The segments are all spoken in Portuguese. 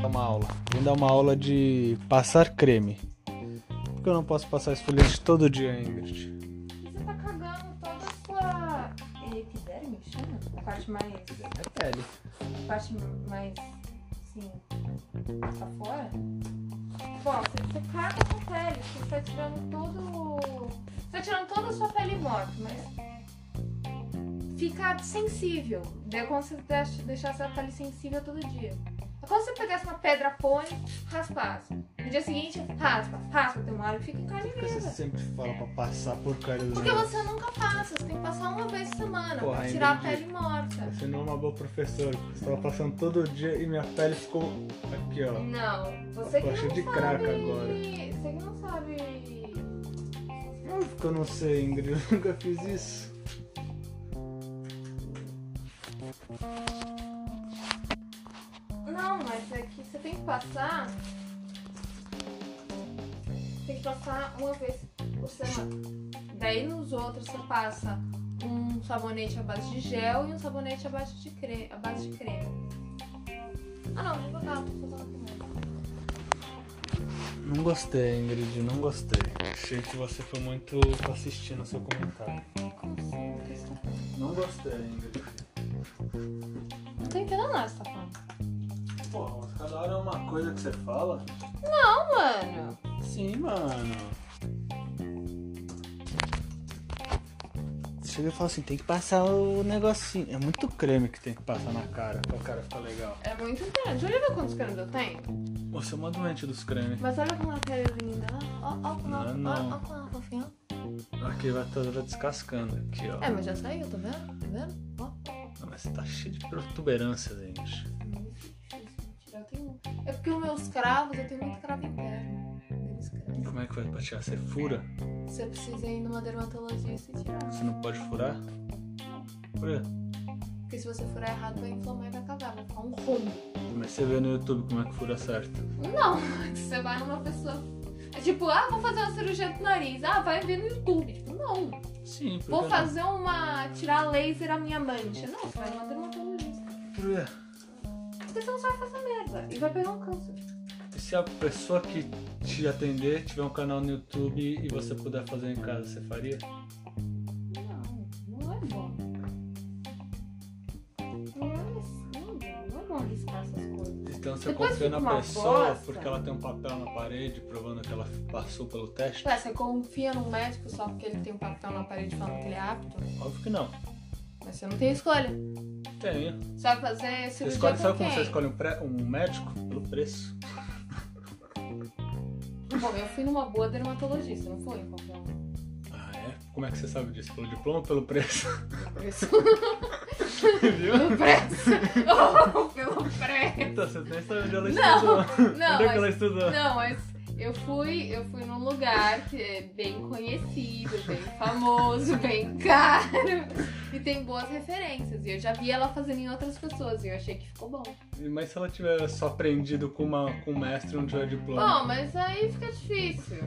dar uma aula. Vim dar uma aula de passar creme. Por que eu não posso passar esfoliante todo dia, Ingrid? Você tá cagando toda a sua é, epiderme, que chama? A parte mais. É pele. A parte mais. Assim. Pra fora? Bom, você, você caga a sua pele, porque você tá tirando todo. Você tá tirando toda a sua pele morta, mas. Fica sensível. Daí é como se você deixa- deixasse a pele sensível todo dia. É como se você pegasse uma pedra põe, raspasse. No dia seguinte, raspa, raspa, tem uma hora que fica em carne Por que você viva. sempre fala pra passar porcaria do Porque negócio? você nunca passa, você tem que passar uma vez por semana Porra, pra tirar a entendi. pele morta. Você não é uma boa professora. Você tava passando todo dia e minha pele ficou aqui, ó. Não, você que Tô não cheio sabe. de craca agora. Você que não sabe. Não, porque eu não sei, Ingrid. Eu nunca fiz isso. Não, mas é que você tem que passar. Tem que passar uma vez por semana. Daí nos outros você passa um sabonete à base de gel e um sabonete à base de creme. À base de creme. Ah não, nem botar, tô fazendo primeiro. Não gostei, Ingrid. Não gostei. Achei que você foi muito assistindo ao seu comentário. Como assim? O que você tá fazendo? Não gostei, Ingrid. Não tô entendendo nada que você tá falando. Porra, mas cada hora é uma coisa que você fala. Não, mano. Sim, mano. Chega e fala assim, tem que passar o negocinho. É muito creme que tem que passar na cara pra cara ficar legal. É muito grande. Olha ver quantos cremes eu tenho. Você é uma doente dos cremes. Mas olha como ela é linda. Ó, ó, ó, Não, não. ó, ó, como ela é fofinha. Aqui vai toda descascando aqui, ó. É, mas já saiu, tá vendo? Tá vendo? Ó. Não, mas tá cheio de protuberância, gente. Eu tenho... É porque os meus cravos, eu tenho muito cravo interno. Meus cravos. Como é que vai pra tirar? Você fura? Você precisa ir numa dermatologista e tirar. Você não pode furar? Fura. Porque se você furar errado, vai inflamar e vai cagar, vai ficar um rombo. Mas você vê no YouTube como é que fura certo. Não, você vai numa pessoa. É tipo, ah, vou fazer uma cirurgia do nariz. Ah, vai ver no YouTube. Tipo, não. Sim, por Vou que não? fazer uma. tirar laser a minha mancha. Não, você vai numa dermatologista. Fura. Porque você não sabe fazer merda. E vai pegar um câncer. E se a pessoa que te atender tiver um canal no YouTube e você puder fazer em casa, você faria? Não, não é bom. Não é assim, não é bom arriscar essas coisas. Então você Depois confia fica na uma pessoa bosta. porque ela tem um papel na parede provando que ela passou pelo teste? Ué, Tipo, é, você confia num médico só porque ele tem um papel na parede falando que ele é apto, Óbvio que não. mas você não tem escolha. Tenho. Você vai fazer Você cirurgia escolhe, com sabe como quem? você escolhe um, pré- um médico? Pelo preço. Bom, eu fui numa boa dermatologista, não fui em qualquer um. Ah, é? Como é que você sabe disso? Pelo diploma ou pelo preço? Preço. Viu? Pelo preço. Oh, pelo preço. Então você nem sabe onde ela Não, estudou. Não, onde é que mas ela estudou? Não, mas eu fui, eu fui num lugar que é bem conhecido, bem famoso, bem caro. E tem boas referências. E eu já vi ela fazendo em outras pessoas. E eu achei que ficou bom. Mas se ela tiver só aprendido com, uma, com um mestre e não tiver diploma? Bom, mas aí fica difícil.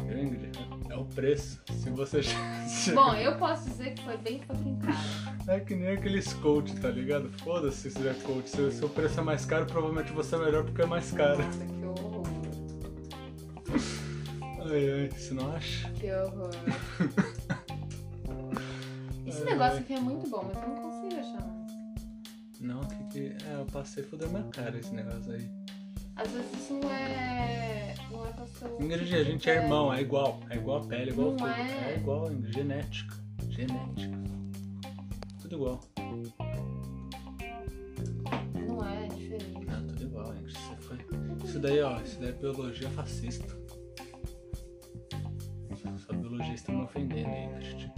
Ingrid, é o preço. Se você. Bom, eu posso dizer que foi bem pra brincar. É que nem aqueles coach, tá ligado? Foda-se se você é coach. Se o seu preço é mais caro, provavelmente você é melhor porque é mais caro. Nossa, que horror. Ai, ai, você não acha? Que horror. Esse negócio aqui é muito bom, mas eu não consigo achar mais. Não, que que. É, eu passei foda minha cara esse negócio aí. Às vezes isso não é. Não é pra ser. Ingrid, a gente é irmão, é igual. É igual a pele, é igual Não tudo. é. É igual, Ingrid. Genética. Genética. Tudo igual. Não é, é diferente. Não, tudo igual, Ingrid. é Você foi. Isso daí, ó, isso daí é biologia fascista. Só biologia está me ofendendo, né, Ingrid.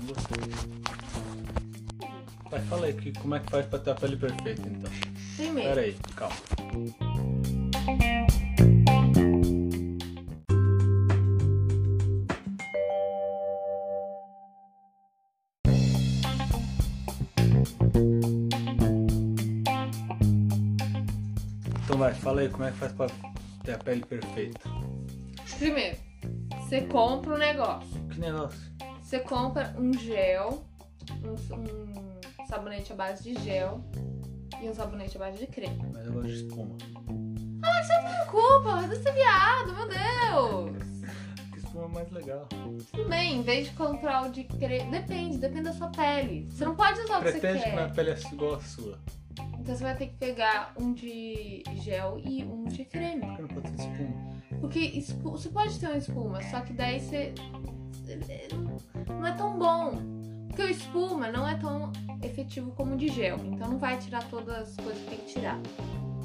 Não gostei. Então, Vai, fala aí que, como é que faz pra ter a pele perfeita então. Tem medo. Pera aí, calma. Então vai, fala aí como é que faz pra ter a pele perfeita. Primeiro, você compra um negócio. Que negócio? Você compra um gel um, um sabonete à base de gel e um sabonete à base de creme. Mas eu gosto de espuma. Desculpa, mas você é viado, meu Deus! Porque espuma é mais legal. Tudo bem, em vez de comprar o de creme. Depende, depende da sua pele. Você não pode usar o que Pretende Ah, você que quer. minha pele é igual à sua. Então você vai ter que pegar um de gel e um de creme. Porque eu não pode ter espuma. Porque espu- você pode ter uma espuma, só que daí você. Não é tão bom. Porque o espuma não é tão efetivo como o de gel. Então não vai tirar todas as coisas que tem que tirar.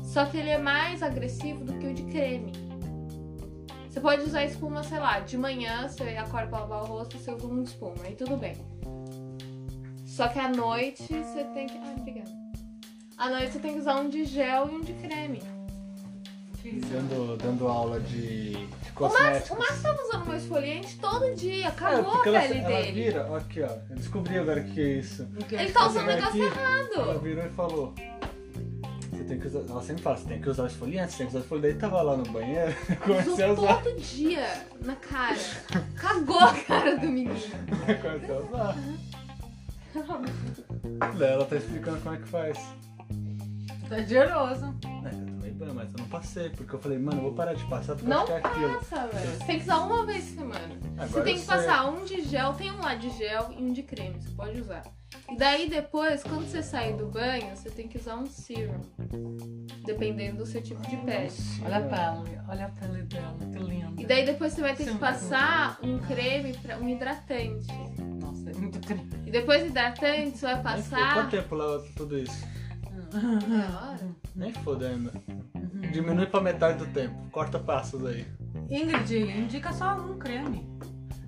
Só que ele é mais agressivo do que o de creme. Você pode usar espuma, sei lá, de manhã você acorda pra lavar o rosto, você usa um de espuma, aí tudo bem. Só que à noite você tem que. Ai, obrigada. À noite você tem que usar um de gel e um de creme. Dando, dando aula de, de O Max, cosméticos. o Max tava tá usando meu esfoliante todo dia, É, acabou porque a ela, pele ela dele. vira, ó, aqui ó, eu descobri agora o que é isso. Ele tá usando o Ela negócio aqui, Ela errado. virou e falou. Você tem que usar. Ela sempre fala, você tem que usar o esfoliante, você tem que usar o esfoliante. Daí tava lá no banheiro, eu comecei a Usou usar. todo dia na cara. Cagou a cara do menino. comecei a usar. Daí ela tá explicando como é que faz. Tá generoso. Né, eu tomei banho, mas eu não passei, porque eu falei, mano, eu vou parar de passar porque Não eu acho que é aquilo. Nossa, velho. Você tem que usar uma vez por semana. Agora Você tem eu que sei. passar um de gel, tem um lá de gel e um de creme, você pode usar. E daí depois, quando você sair do banho, você tem que usar um serum. Dependendo do seu tipo de pele. Nossa, Olha a mano. pele, olha a pele dela, que linda. E daí depois você vai ter que Sim. passar um creme, pra, um hidratante. Nossa, é muito creme. E depois do hidratante você vai Nem foda. Quanto passar. tempo leva tudo isso? Na hora. Nem foda ainda. Uhum. Diminui pra metade do tempo. Corta passos aí. Ingrid, indica só um creme.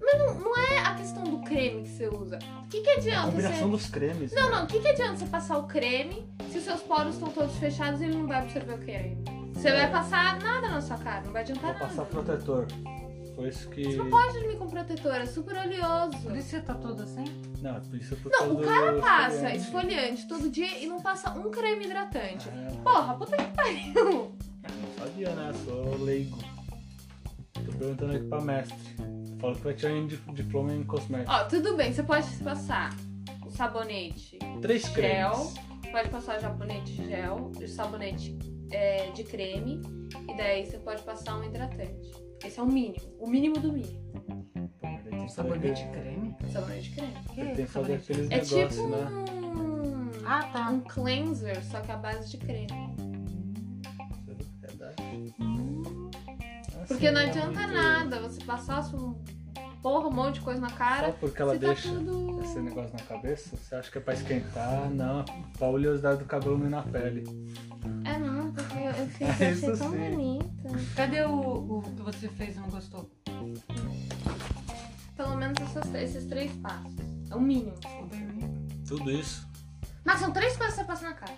Não, não é a questão do creme que você usa. O que, que A adianta combinação você. dos cremes. Não, não, o que, que adianta você passar o creme se os seus poros estão todos fechados e ele não vai absorver o creme? Você vai passar nada na sua cara, não vai adiantar Vou nada. passar protetor. Foi isso que. Você não pode dormir com protetor, é super oleoso. Por isso você tá toda assim? Não, por isso eu tô Não, o todo cara passa esfoliante. esfoliante todo dia e não passa um creme hidratante. Ah, Porra, puta que pariu! não sabia, né? Sou leigo. Tô perguntando aqui pra mestre. Fala que vai tirar em di- diploma em cosmético. Ó, tudo bem, você pode passar o sabonete Três gel. cremes. Pode passar o sabonete gel, o sabonete é, de creme, e daí você pode passar um hidratante. Esse é o mínimo, o mínimo do mínimo. Pô, mas daí Um tem que Sabonete fazer creme? Sabonete de creme. aquele- Tem que fazer Sabonete. aqueles É negócios, tipo né? um. Ah, tá. Um cleanser, só que à base de creme. Hum. Porque é não adianta nada você passar um porra, um monte de coisa na cara. Só porque ela você deixa tá tudo. esse negócio na cabeça, você acha que é pra esquentar? Não, é pra oleosidade do cabelo não ir na pele. É não, porque eu, eu fiz, É eu isso achei tão sim. bonita. Cadê o, o que você fez e não gostou? Pelo menos essas- esses três passos. É o mínimo. O baby. Tudo isso? Mas são três coisas que você passa na cara.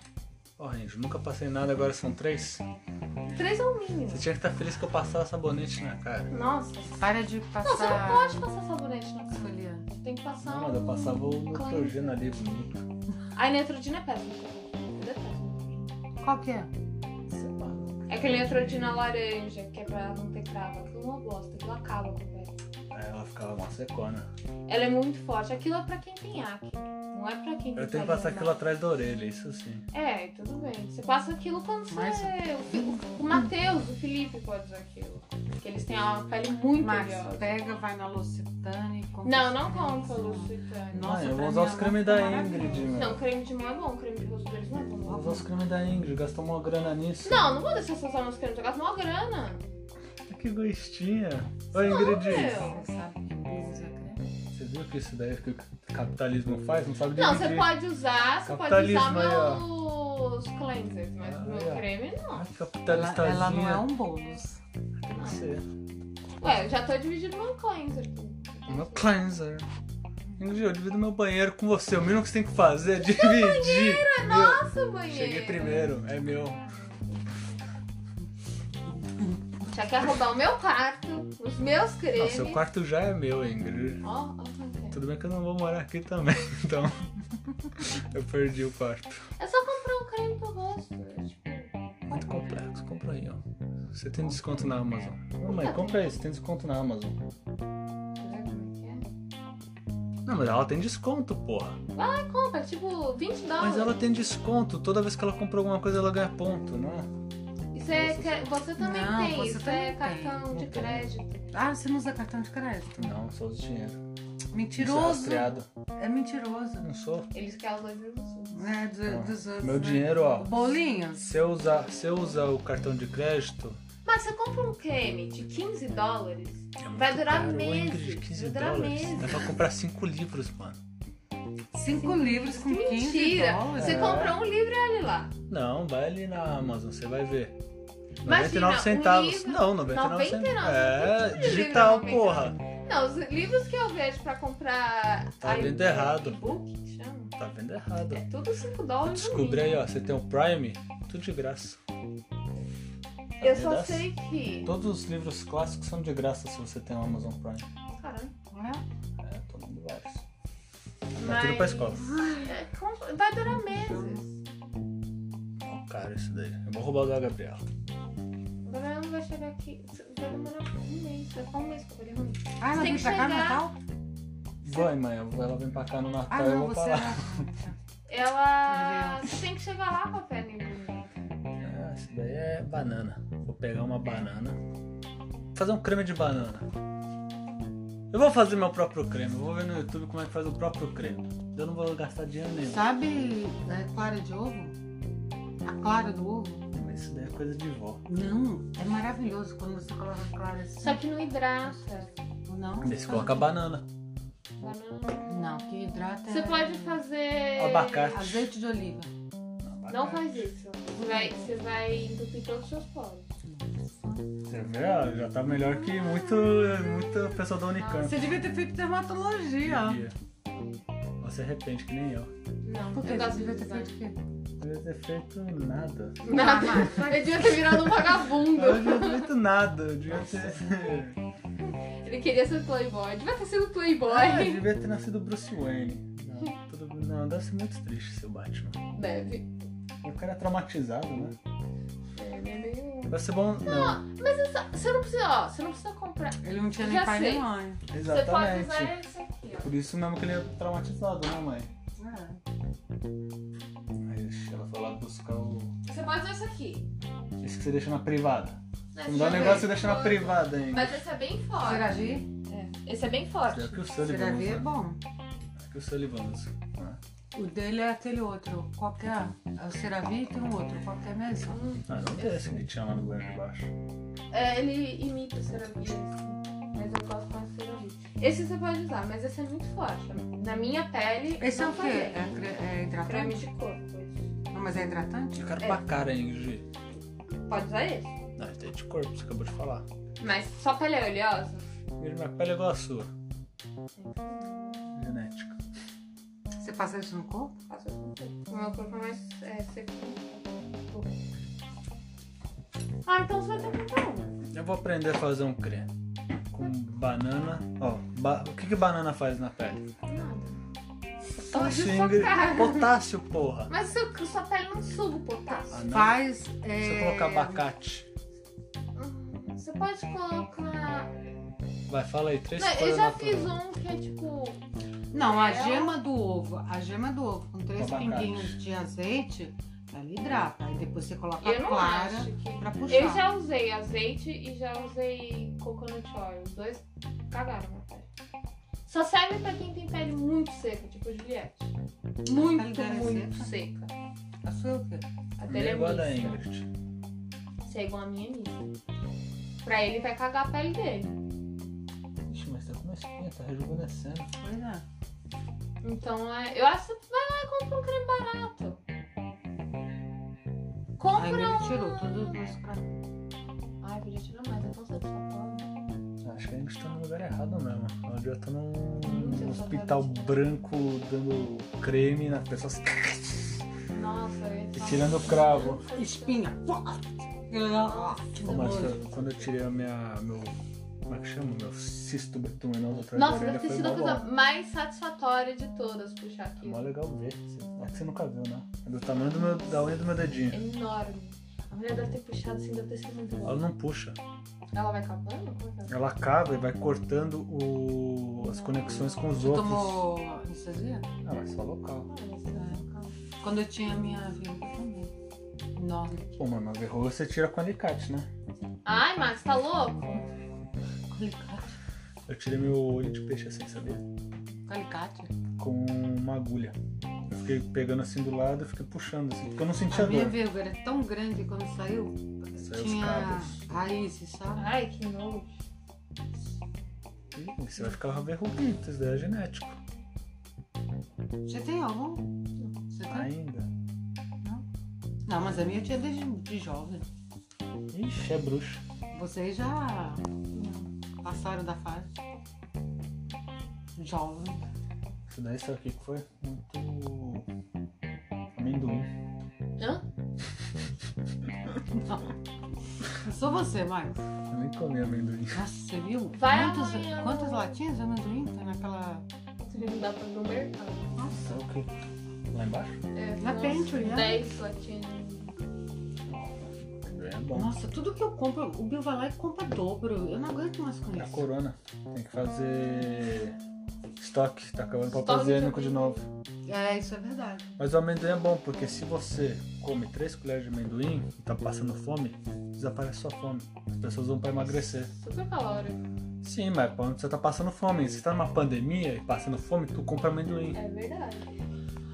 Ó, gente, nunca passei nada, agora são três. Três é o mínimo. Você tinha que estar feliz que eu passava sabonete na cara. Nossa. Para de Não, você não passar pode passar sabonete na cara. esfoliante. Tem que passar Ah. Não, mas eu um- passava o Claro. nitrogênio ali bonito. A inetrodina é péssima. Eu detesto. Qual que é? É aquele inetrodina laranja, que é pra não ter cravo. Aquilo é uma bosta, aquilo acaba com o pele. Aí É, ela ficava mó secona. Ela é muito forte. Aquilo é pra quem tem acne. Não é pra quem tem Eu tenho que pele passar aquilo normal. atrás da orelha, isso sim. É, tudo bem. Você passa aquilo quando você... Mas- O, Fi- o- o Matheus, o Felipe pode usar aquilo. Porque eles têm uma pele muito Max, oleosa. pega, vai na Lucitane e compra. Não, os não cremes. conta, Lucitane. Nossa, ah, eu vou pra usar mim os é cremes muito da maravilhoso. Ingrid, meu. Não, creme de mão é bom, creme de rosto deles não é bom. Vou usar os cremes da Ingrid, gastou uma grana nisso. Não, não vou deixar você usar meus cremes, eu gasto maior grana. Que gostinha. Ô Ingrid, meu. Você sabe que não usa creme? você viu que isso daí é o que o capitalismo faz? Não sabe Não, dividir. você pode usar, você pode usar Capitalismo aí, meus cleansers, mas Ah, meu aí, ó. creme não. Ah, Ela, capitalistazinha. ela não é um bolos. Tem que ser. Ué, eu já tô dividindo meu cleanser aqui. Meu cleanser. Ingrid, eu divido meu banheiro com você. O mínimo que você tem que fazer é dividir. Meu Nossa, banheiro. Cheguei primeiro, é meu. Já quer roubar o meu quarto, os meus Não, cremes. seu quarto já é meu, Ingrid. Ó, ó, como é que Tudo bem que eu não vou morar aqui também, então. Eu perdi o quarto. é. É só comprar um creme pro rosto. é tipo- Muito complexo, compra aí, ó. Você tem desconto na Amazon. Ô, mãe, compra aí, você tem desconto na Amazon. Como é que é? Não, Não, mas ela tem desconto, porra. Compra, tipo, 20 dólares. Mas ela tem desconto. Toda vez que ela compra alguma coisa, ela ganha ponto, não é? Isso é. Você- cre- Você também Não, tem, você isso também é tem. cartão Não de tem. crédito. Ah, você não usa cartão de crédito? Não, só de dinheiro. Mentiroso. Isso é rastreado. É mentiroso. Não sou. Eles querem os dois juntos. É, do- Ó, dos outros. Meu né? dinheiro, ó. Bolinhos? Se eu usar, se eu usar o cartão de crédito, Mas você compra um creme de 15 dólares, é muito vai durar caro. Ô, meses. Ingrid, 15 vai durar dólares. meses. Dá pra comprar 5 livros, mano. Cinco livros com 15 Mentira! dólares. Você É. compra um livro e olha lá. Não, vai ali na Amazon, você vai ver. Imagina, 99 um centavos. livro- não, 99 centavos. 99, É, que livro digital, 99? porra. Não, os livros que eu vejo pra comprar. Tá aí- vendo errado. E-book que chama? Tá vendo errado. É tudo 5 dólares. no Descobri aí, ó. Você tem o Prime, tudo de graça. mínimo. Eu só Verdade. sei que. Todos os livros clássicos são de graça se você tem o Amazon Prime. Caramba. É. É, todo mundo vai. Vai Mas... Tá tudo pra escola. É, com- Vai durar meses. Não, cara, isso Tá daí. Eu vou roubar o da Gabriela. O Gabriel não vai chegar aqui. Vai demorar um mês. Vai ficar um mês pra poder reunir. Ah, ela Tem vem que pra cá no chegar. Natal? Vai, mãe. eu- Ela vem pra cá no Natal Ah, Tá, eu não, vou você é pra lá. não. Ela. Você tem que chegar lá com a perna em Ah, isso daí é banana. Vou pegar uma banana. Fazer um creme de banana. Eu vou fazer meu próprio creme. Eu vou ver no YouTube como é que faz o próprio creme. Eu não vou gastar dinheiro nenhum. Sabe é, clara de ovo? A clara do ovo? Mas isso daí é coisa de vó. Não, é maravilhoso quando você coloca clara assim. Só que não hidrata. Não. Daí você coloca a banana. Banana. Não, que hidrata Você é pode fazer. Abacate. azeite de oliva. Não faz isso. Você vai, você vai entupir todos os seus poros. Você vê, ó, já tá melhor que muito, muita pessoa da Unicamp. Você devia ter feito dermatologia. Você arrepende que nem eu. Não, Por que eu você gosto de devia ter usar. feito o quê? Eu devia ter feito nada. Nada. Ele devia ter virado um vagabundo. Eu devia ter feito nada. Eu devia ter. Ele queria ser playboy. Devia ter Ah, sido eu É. playboy. devia ter nascido Bruce Wayne. Não, tudo... Não, deve ser muito triste ser o Batman. Deve. O cara é traumatizado, né? É, ele é meio- Vai ser bom. Não, Você não precisa, ó, você não precisa comprar. Ele não tinha nem Já pai sei. nem mãe. Você pode exatamente. usar esse aqui, ó. Por isso mesmo que ele é traumatizado, né, mãe? É. Mas ela foi lá buscar o. Você pode usar esse aqui. Isso que você deixa na privada. Né, Não dá um deixa eu negócio ver. você deixa na privada ainda. Mas esse é bem forte. Será que É. Esse é bem forte. É que o Será Sullivan que é usa. bom? É que o Sullivan usa. Ah, O dele é aquele outro, qualquer. É o Ceravi e tem um outro, qualquer mesmo. Hum. Ah, não tem esse que tinha lá no banheiro de baixo. É, ele imita o cerami, assim. Mas eu gosto mais do cerami. Esse você pode usar, mas esse é muito forte. Na minha pele. Esse é não o quê? faria. um É, cre- é Creme hidratante? de corpo. esse. Não, mas é hidratante? Eu quero É. pra cara, hein, Gi? Pode usar esse. Não, isso daí é de corpo, você acabou de falar. Mas só pele é oleosa. Veja, Minha pele é igual a sua. Genética. Você passa isso no corpo? Faço isso com tudo. O meu corpo é mais é, seco. Ah, então você vai ter que comprar um. Eu vou aprender a fazer um creme. Com banana. Ó, ba- o que, que banana faz na pele? Nada. Potássio, sua Ingrid. cara. Potássio, porra. Mas sua, sua pele não suga o potássio. Ah, não. Faz. Se eu É... colocar abacate. Hum, Você pode colocar. Vai, fala aí, três Não, eu coisas já naturais. fiz um que é tipo. Não, a É. gema do ovo. A gema do ovo com três Abacate. pinguinhos de azeite, ela hidrata. Aí depois você coloca Eu a não clara acho que. pra puxar. Eu já usei azeite e já usei coconut oil. Os dois cagaram na pele. Só serve pra quem tem pele muito seca, tipo Juliette. A pele Muito, dela é muito seca? seca. A sua é o quê? A Minha pele é é igual a da mista. Ingrid. Você é igual a minha mista. Pra ele vai cagar a pele dele. Ixi, mas tá com uma espinha, tá rejuvenescendo. Pois é. Então é. Eu acho que vai lá e compra um creme barato. Aí Compra ele um. tirou todos os pra Ai, podia tirar mais, é tão satisfatório. Acho que a Ingrid tá no lugar errado mesmo. Ela já tá num Não sei, eu só hospital tava tirando. branco dando creme na pessoa assim, Nossa, eu ia e falar- tirando o cravo. Espinha. é, Nossa, Mas Nossa. eu- quando eu tirei a minha. meu. Como é que chama? Meu cisto betuminoso atrás da Nossa, orelha deve ter foi sido a mó coisa bom. mais satisfatória de todas puxar É mó aquilo. legal ver. É que você nunca viu, né? É do tamanho do meu, da unha do meu dedinho. Enorme. A mulher deve ter puxado assim, deve ter sido muito Ela bom. não puxa. Ela vai acabando? Como é que é? Ela acaba e vai cortando o- as conexões com os Você outros. tomou anestesia? Ah, mas só local. Ah, mas ela vai acabando. Quando eu tinha a Hum. minha vida também. Enorme. Pô, mano, a verruga você tira com alicate, né? Ai, Max, tá louco? Alicate. Eu tirei meu olho de peixe assim, sabia? Alicate. Com uma agulha. Eu fiquei pegando assim do lado e fiquei puxando assim, porque eu não sentia A minha dor. verruga era tão grande quando saiu, Saiu os tinha cabos. raízes, sabe? Ai, que nojo. Ih, Você vai ficar verruguinho, isso daí é genético. Você tem algum? Você tem? Ainda. Não, mas a minha eu tinha desde de jovem. Ixi, é bruxa. Vocês já passaram da fase. Jovem. Isso daí sabe o que que foi? Muito. amendoim. Hã? Não sou você, Marcos. Eu nem comi amendoim. Nossa, você viu? Vai Quantas, amanhã. quantas latinhas de amendoim Tá, né, tem naquela. Não dá pra ir no mercado. Isso é Nossa. o quê? Lá embaixo? É, Na uns pantry, né? 10 latinas. Amendoim é bom. Nossa, tudo que eu compro, o Bill vai lá e compra dobro. Eu não aguento mais com É a isso. corona. Tem que fazer. estoque. Tá acabando o papel Estoque de higiênico de amendoim. novo. É, isso é verdade. Mas o amendoim é bom, porque se você come 3 colheres de amendoim e tá passando fome, desaparece sua fome. As pessoas vão pra emagrecer. Super calórico. Sim, mas quando você tá passando fome, se tá numa pandemia e passando fome, tu compra amendoim. É verdade.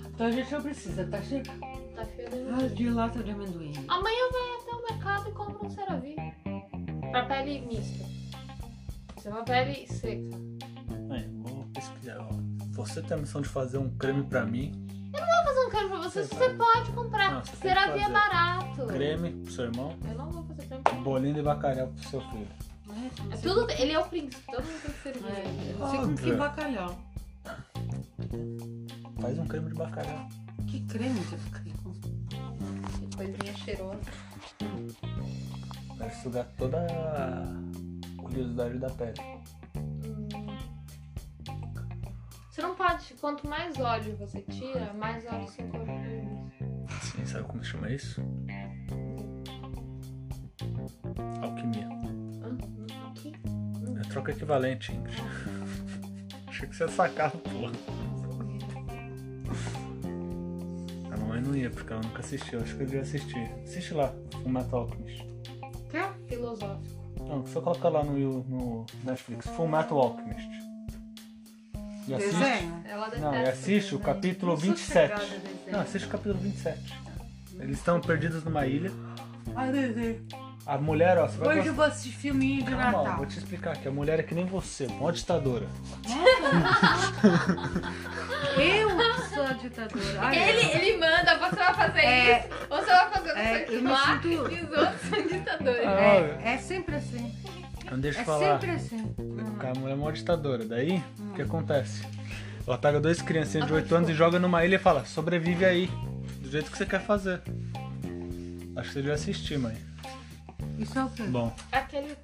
Então a gente não precisa, tá cheio Tá cheio de ah, de lata de amendoim. Amanhã vai até o mercado e compra um CeraVe. Pra pele mista. Isso é uma pele seca. É, vou pesquisar. ó. Você tem a missão de fazer um creme pra mim, Vou fazer um creme pra você, Você você vai. pode comprar. Não, você tem que CeraVe é fazer. barato. creme pro seu irmão, Eu não vou fazer creme pra mim. bolinho de bacalhau pro seu filho. É, É tudo, ele é o príncipe, todo mundo tem que servir. É, eu ele. não sei com que Óbvio. bacalhau. Faz um creme de bacalhau. Que creme de bacalhau. Que coisinha cheirosa. Vai sugar toda a curiosidade da pele. Hum. Você não pode, quanto mais óleo você tira, mais óleo seu corpo produz. Sim, sabe como chama isso? Alquimia. Hã? Hum, Aqui? É troca equivalente, hein? Achei que você ia sacar, porra. A mamãe não ia, porque ela nunca assistiu. Acho que eu devia assistir. Assiste lá, o Metal Alchemist. Que? Filosófico. Não, só coloca lá no, Yu- no Netflix. Full Metal Alchemist. E assiste. Desenho? Ela Não, e detesta. assiste o né? capítulo Não sou chegada a 27. desenho. Não, assiste o capítulo 27. Eles estão perdidos numa ilha. Ai, desenho. A mulher, ó, você vai Hoje gostar. eu vou assistir filminho de Calma, eu Natal. vou te explicar que a mulher é que nem você, uma ditadora. Eu sou a ditadora. Ai, Ele, ele manda, você vai fazer É. isso, você vai fazer É, isso aqui eu me lá, sinto- e os outros são ditadores. Ah. É, é sempre assim. Não deixa eu É falar. sempre assim. Porque A mulher é uma ditadora. Daí, o que acontece? Ela pega dois criancinhas de 8 anos e joga numa ilha e fala, sobrevive aí. Do jeito que você quer fazer. Acho que você devia assistir, mãe. Ah. Isso é o quê? Bom. Aquele...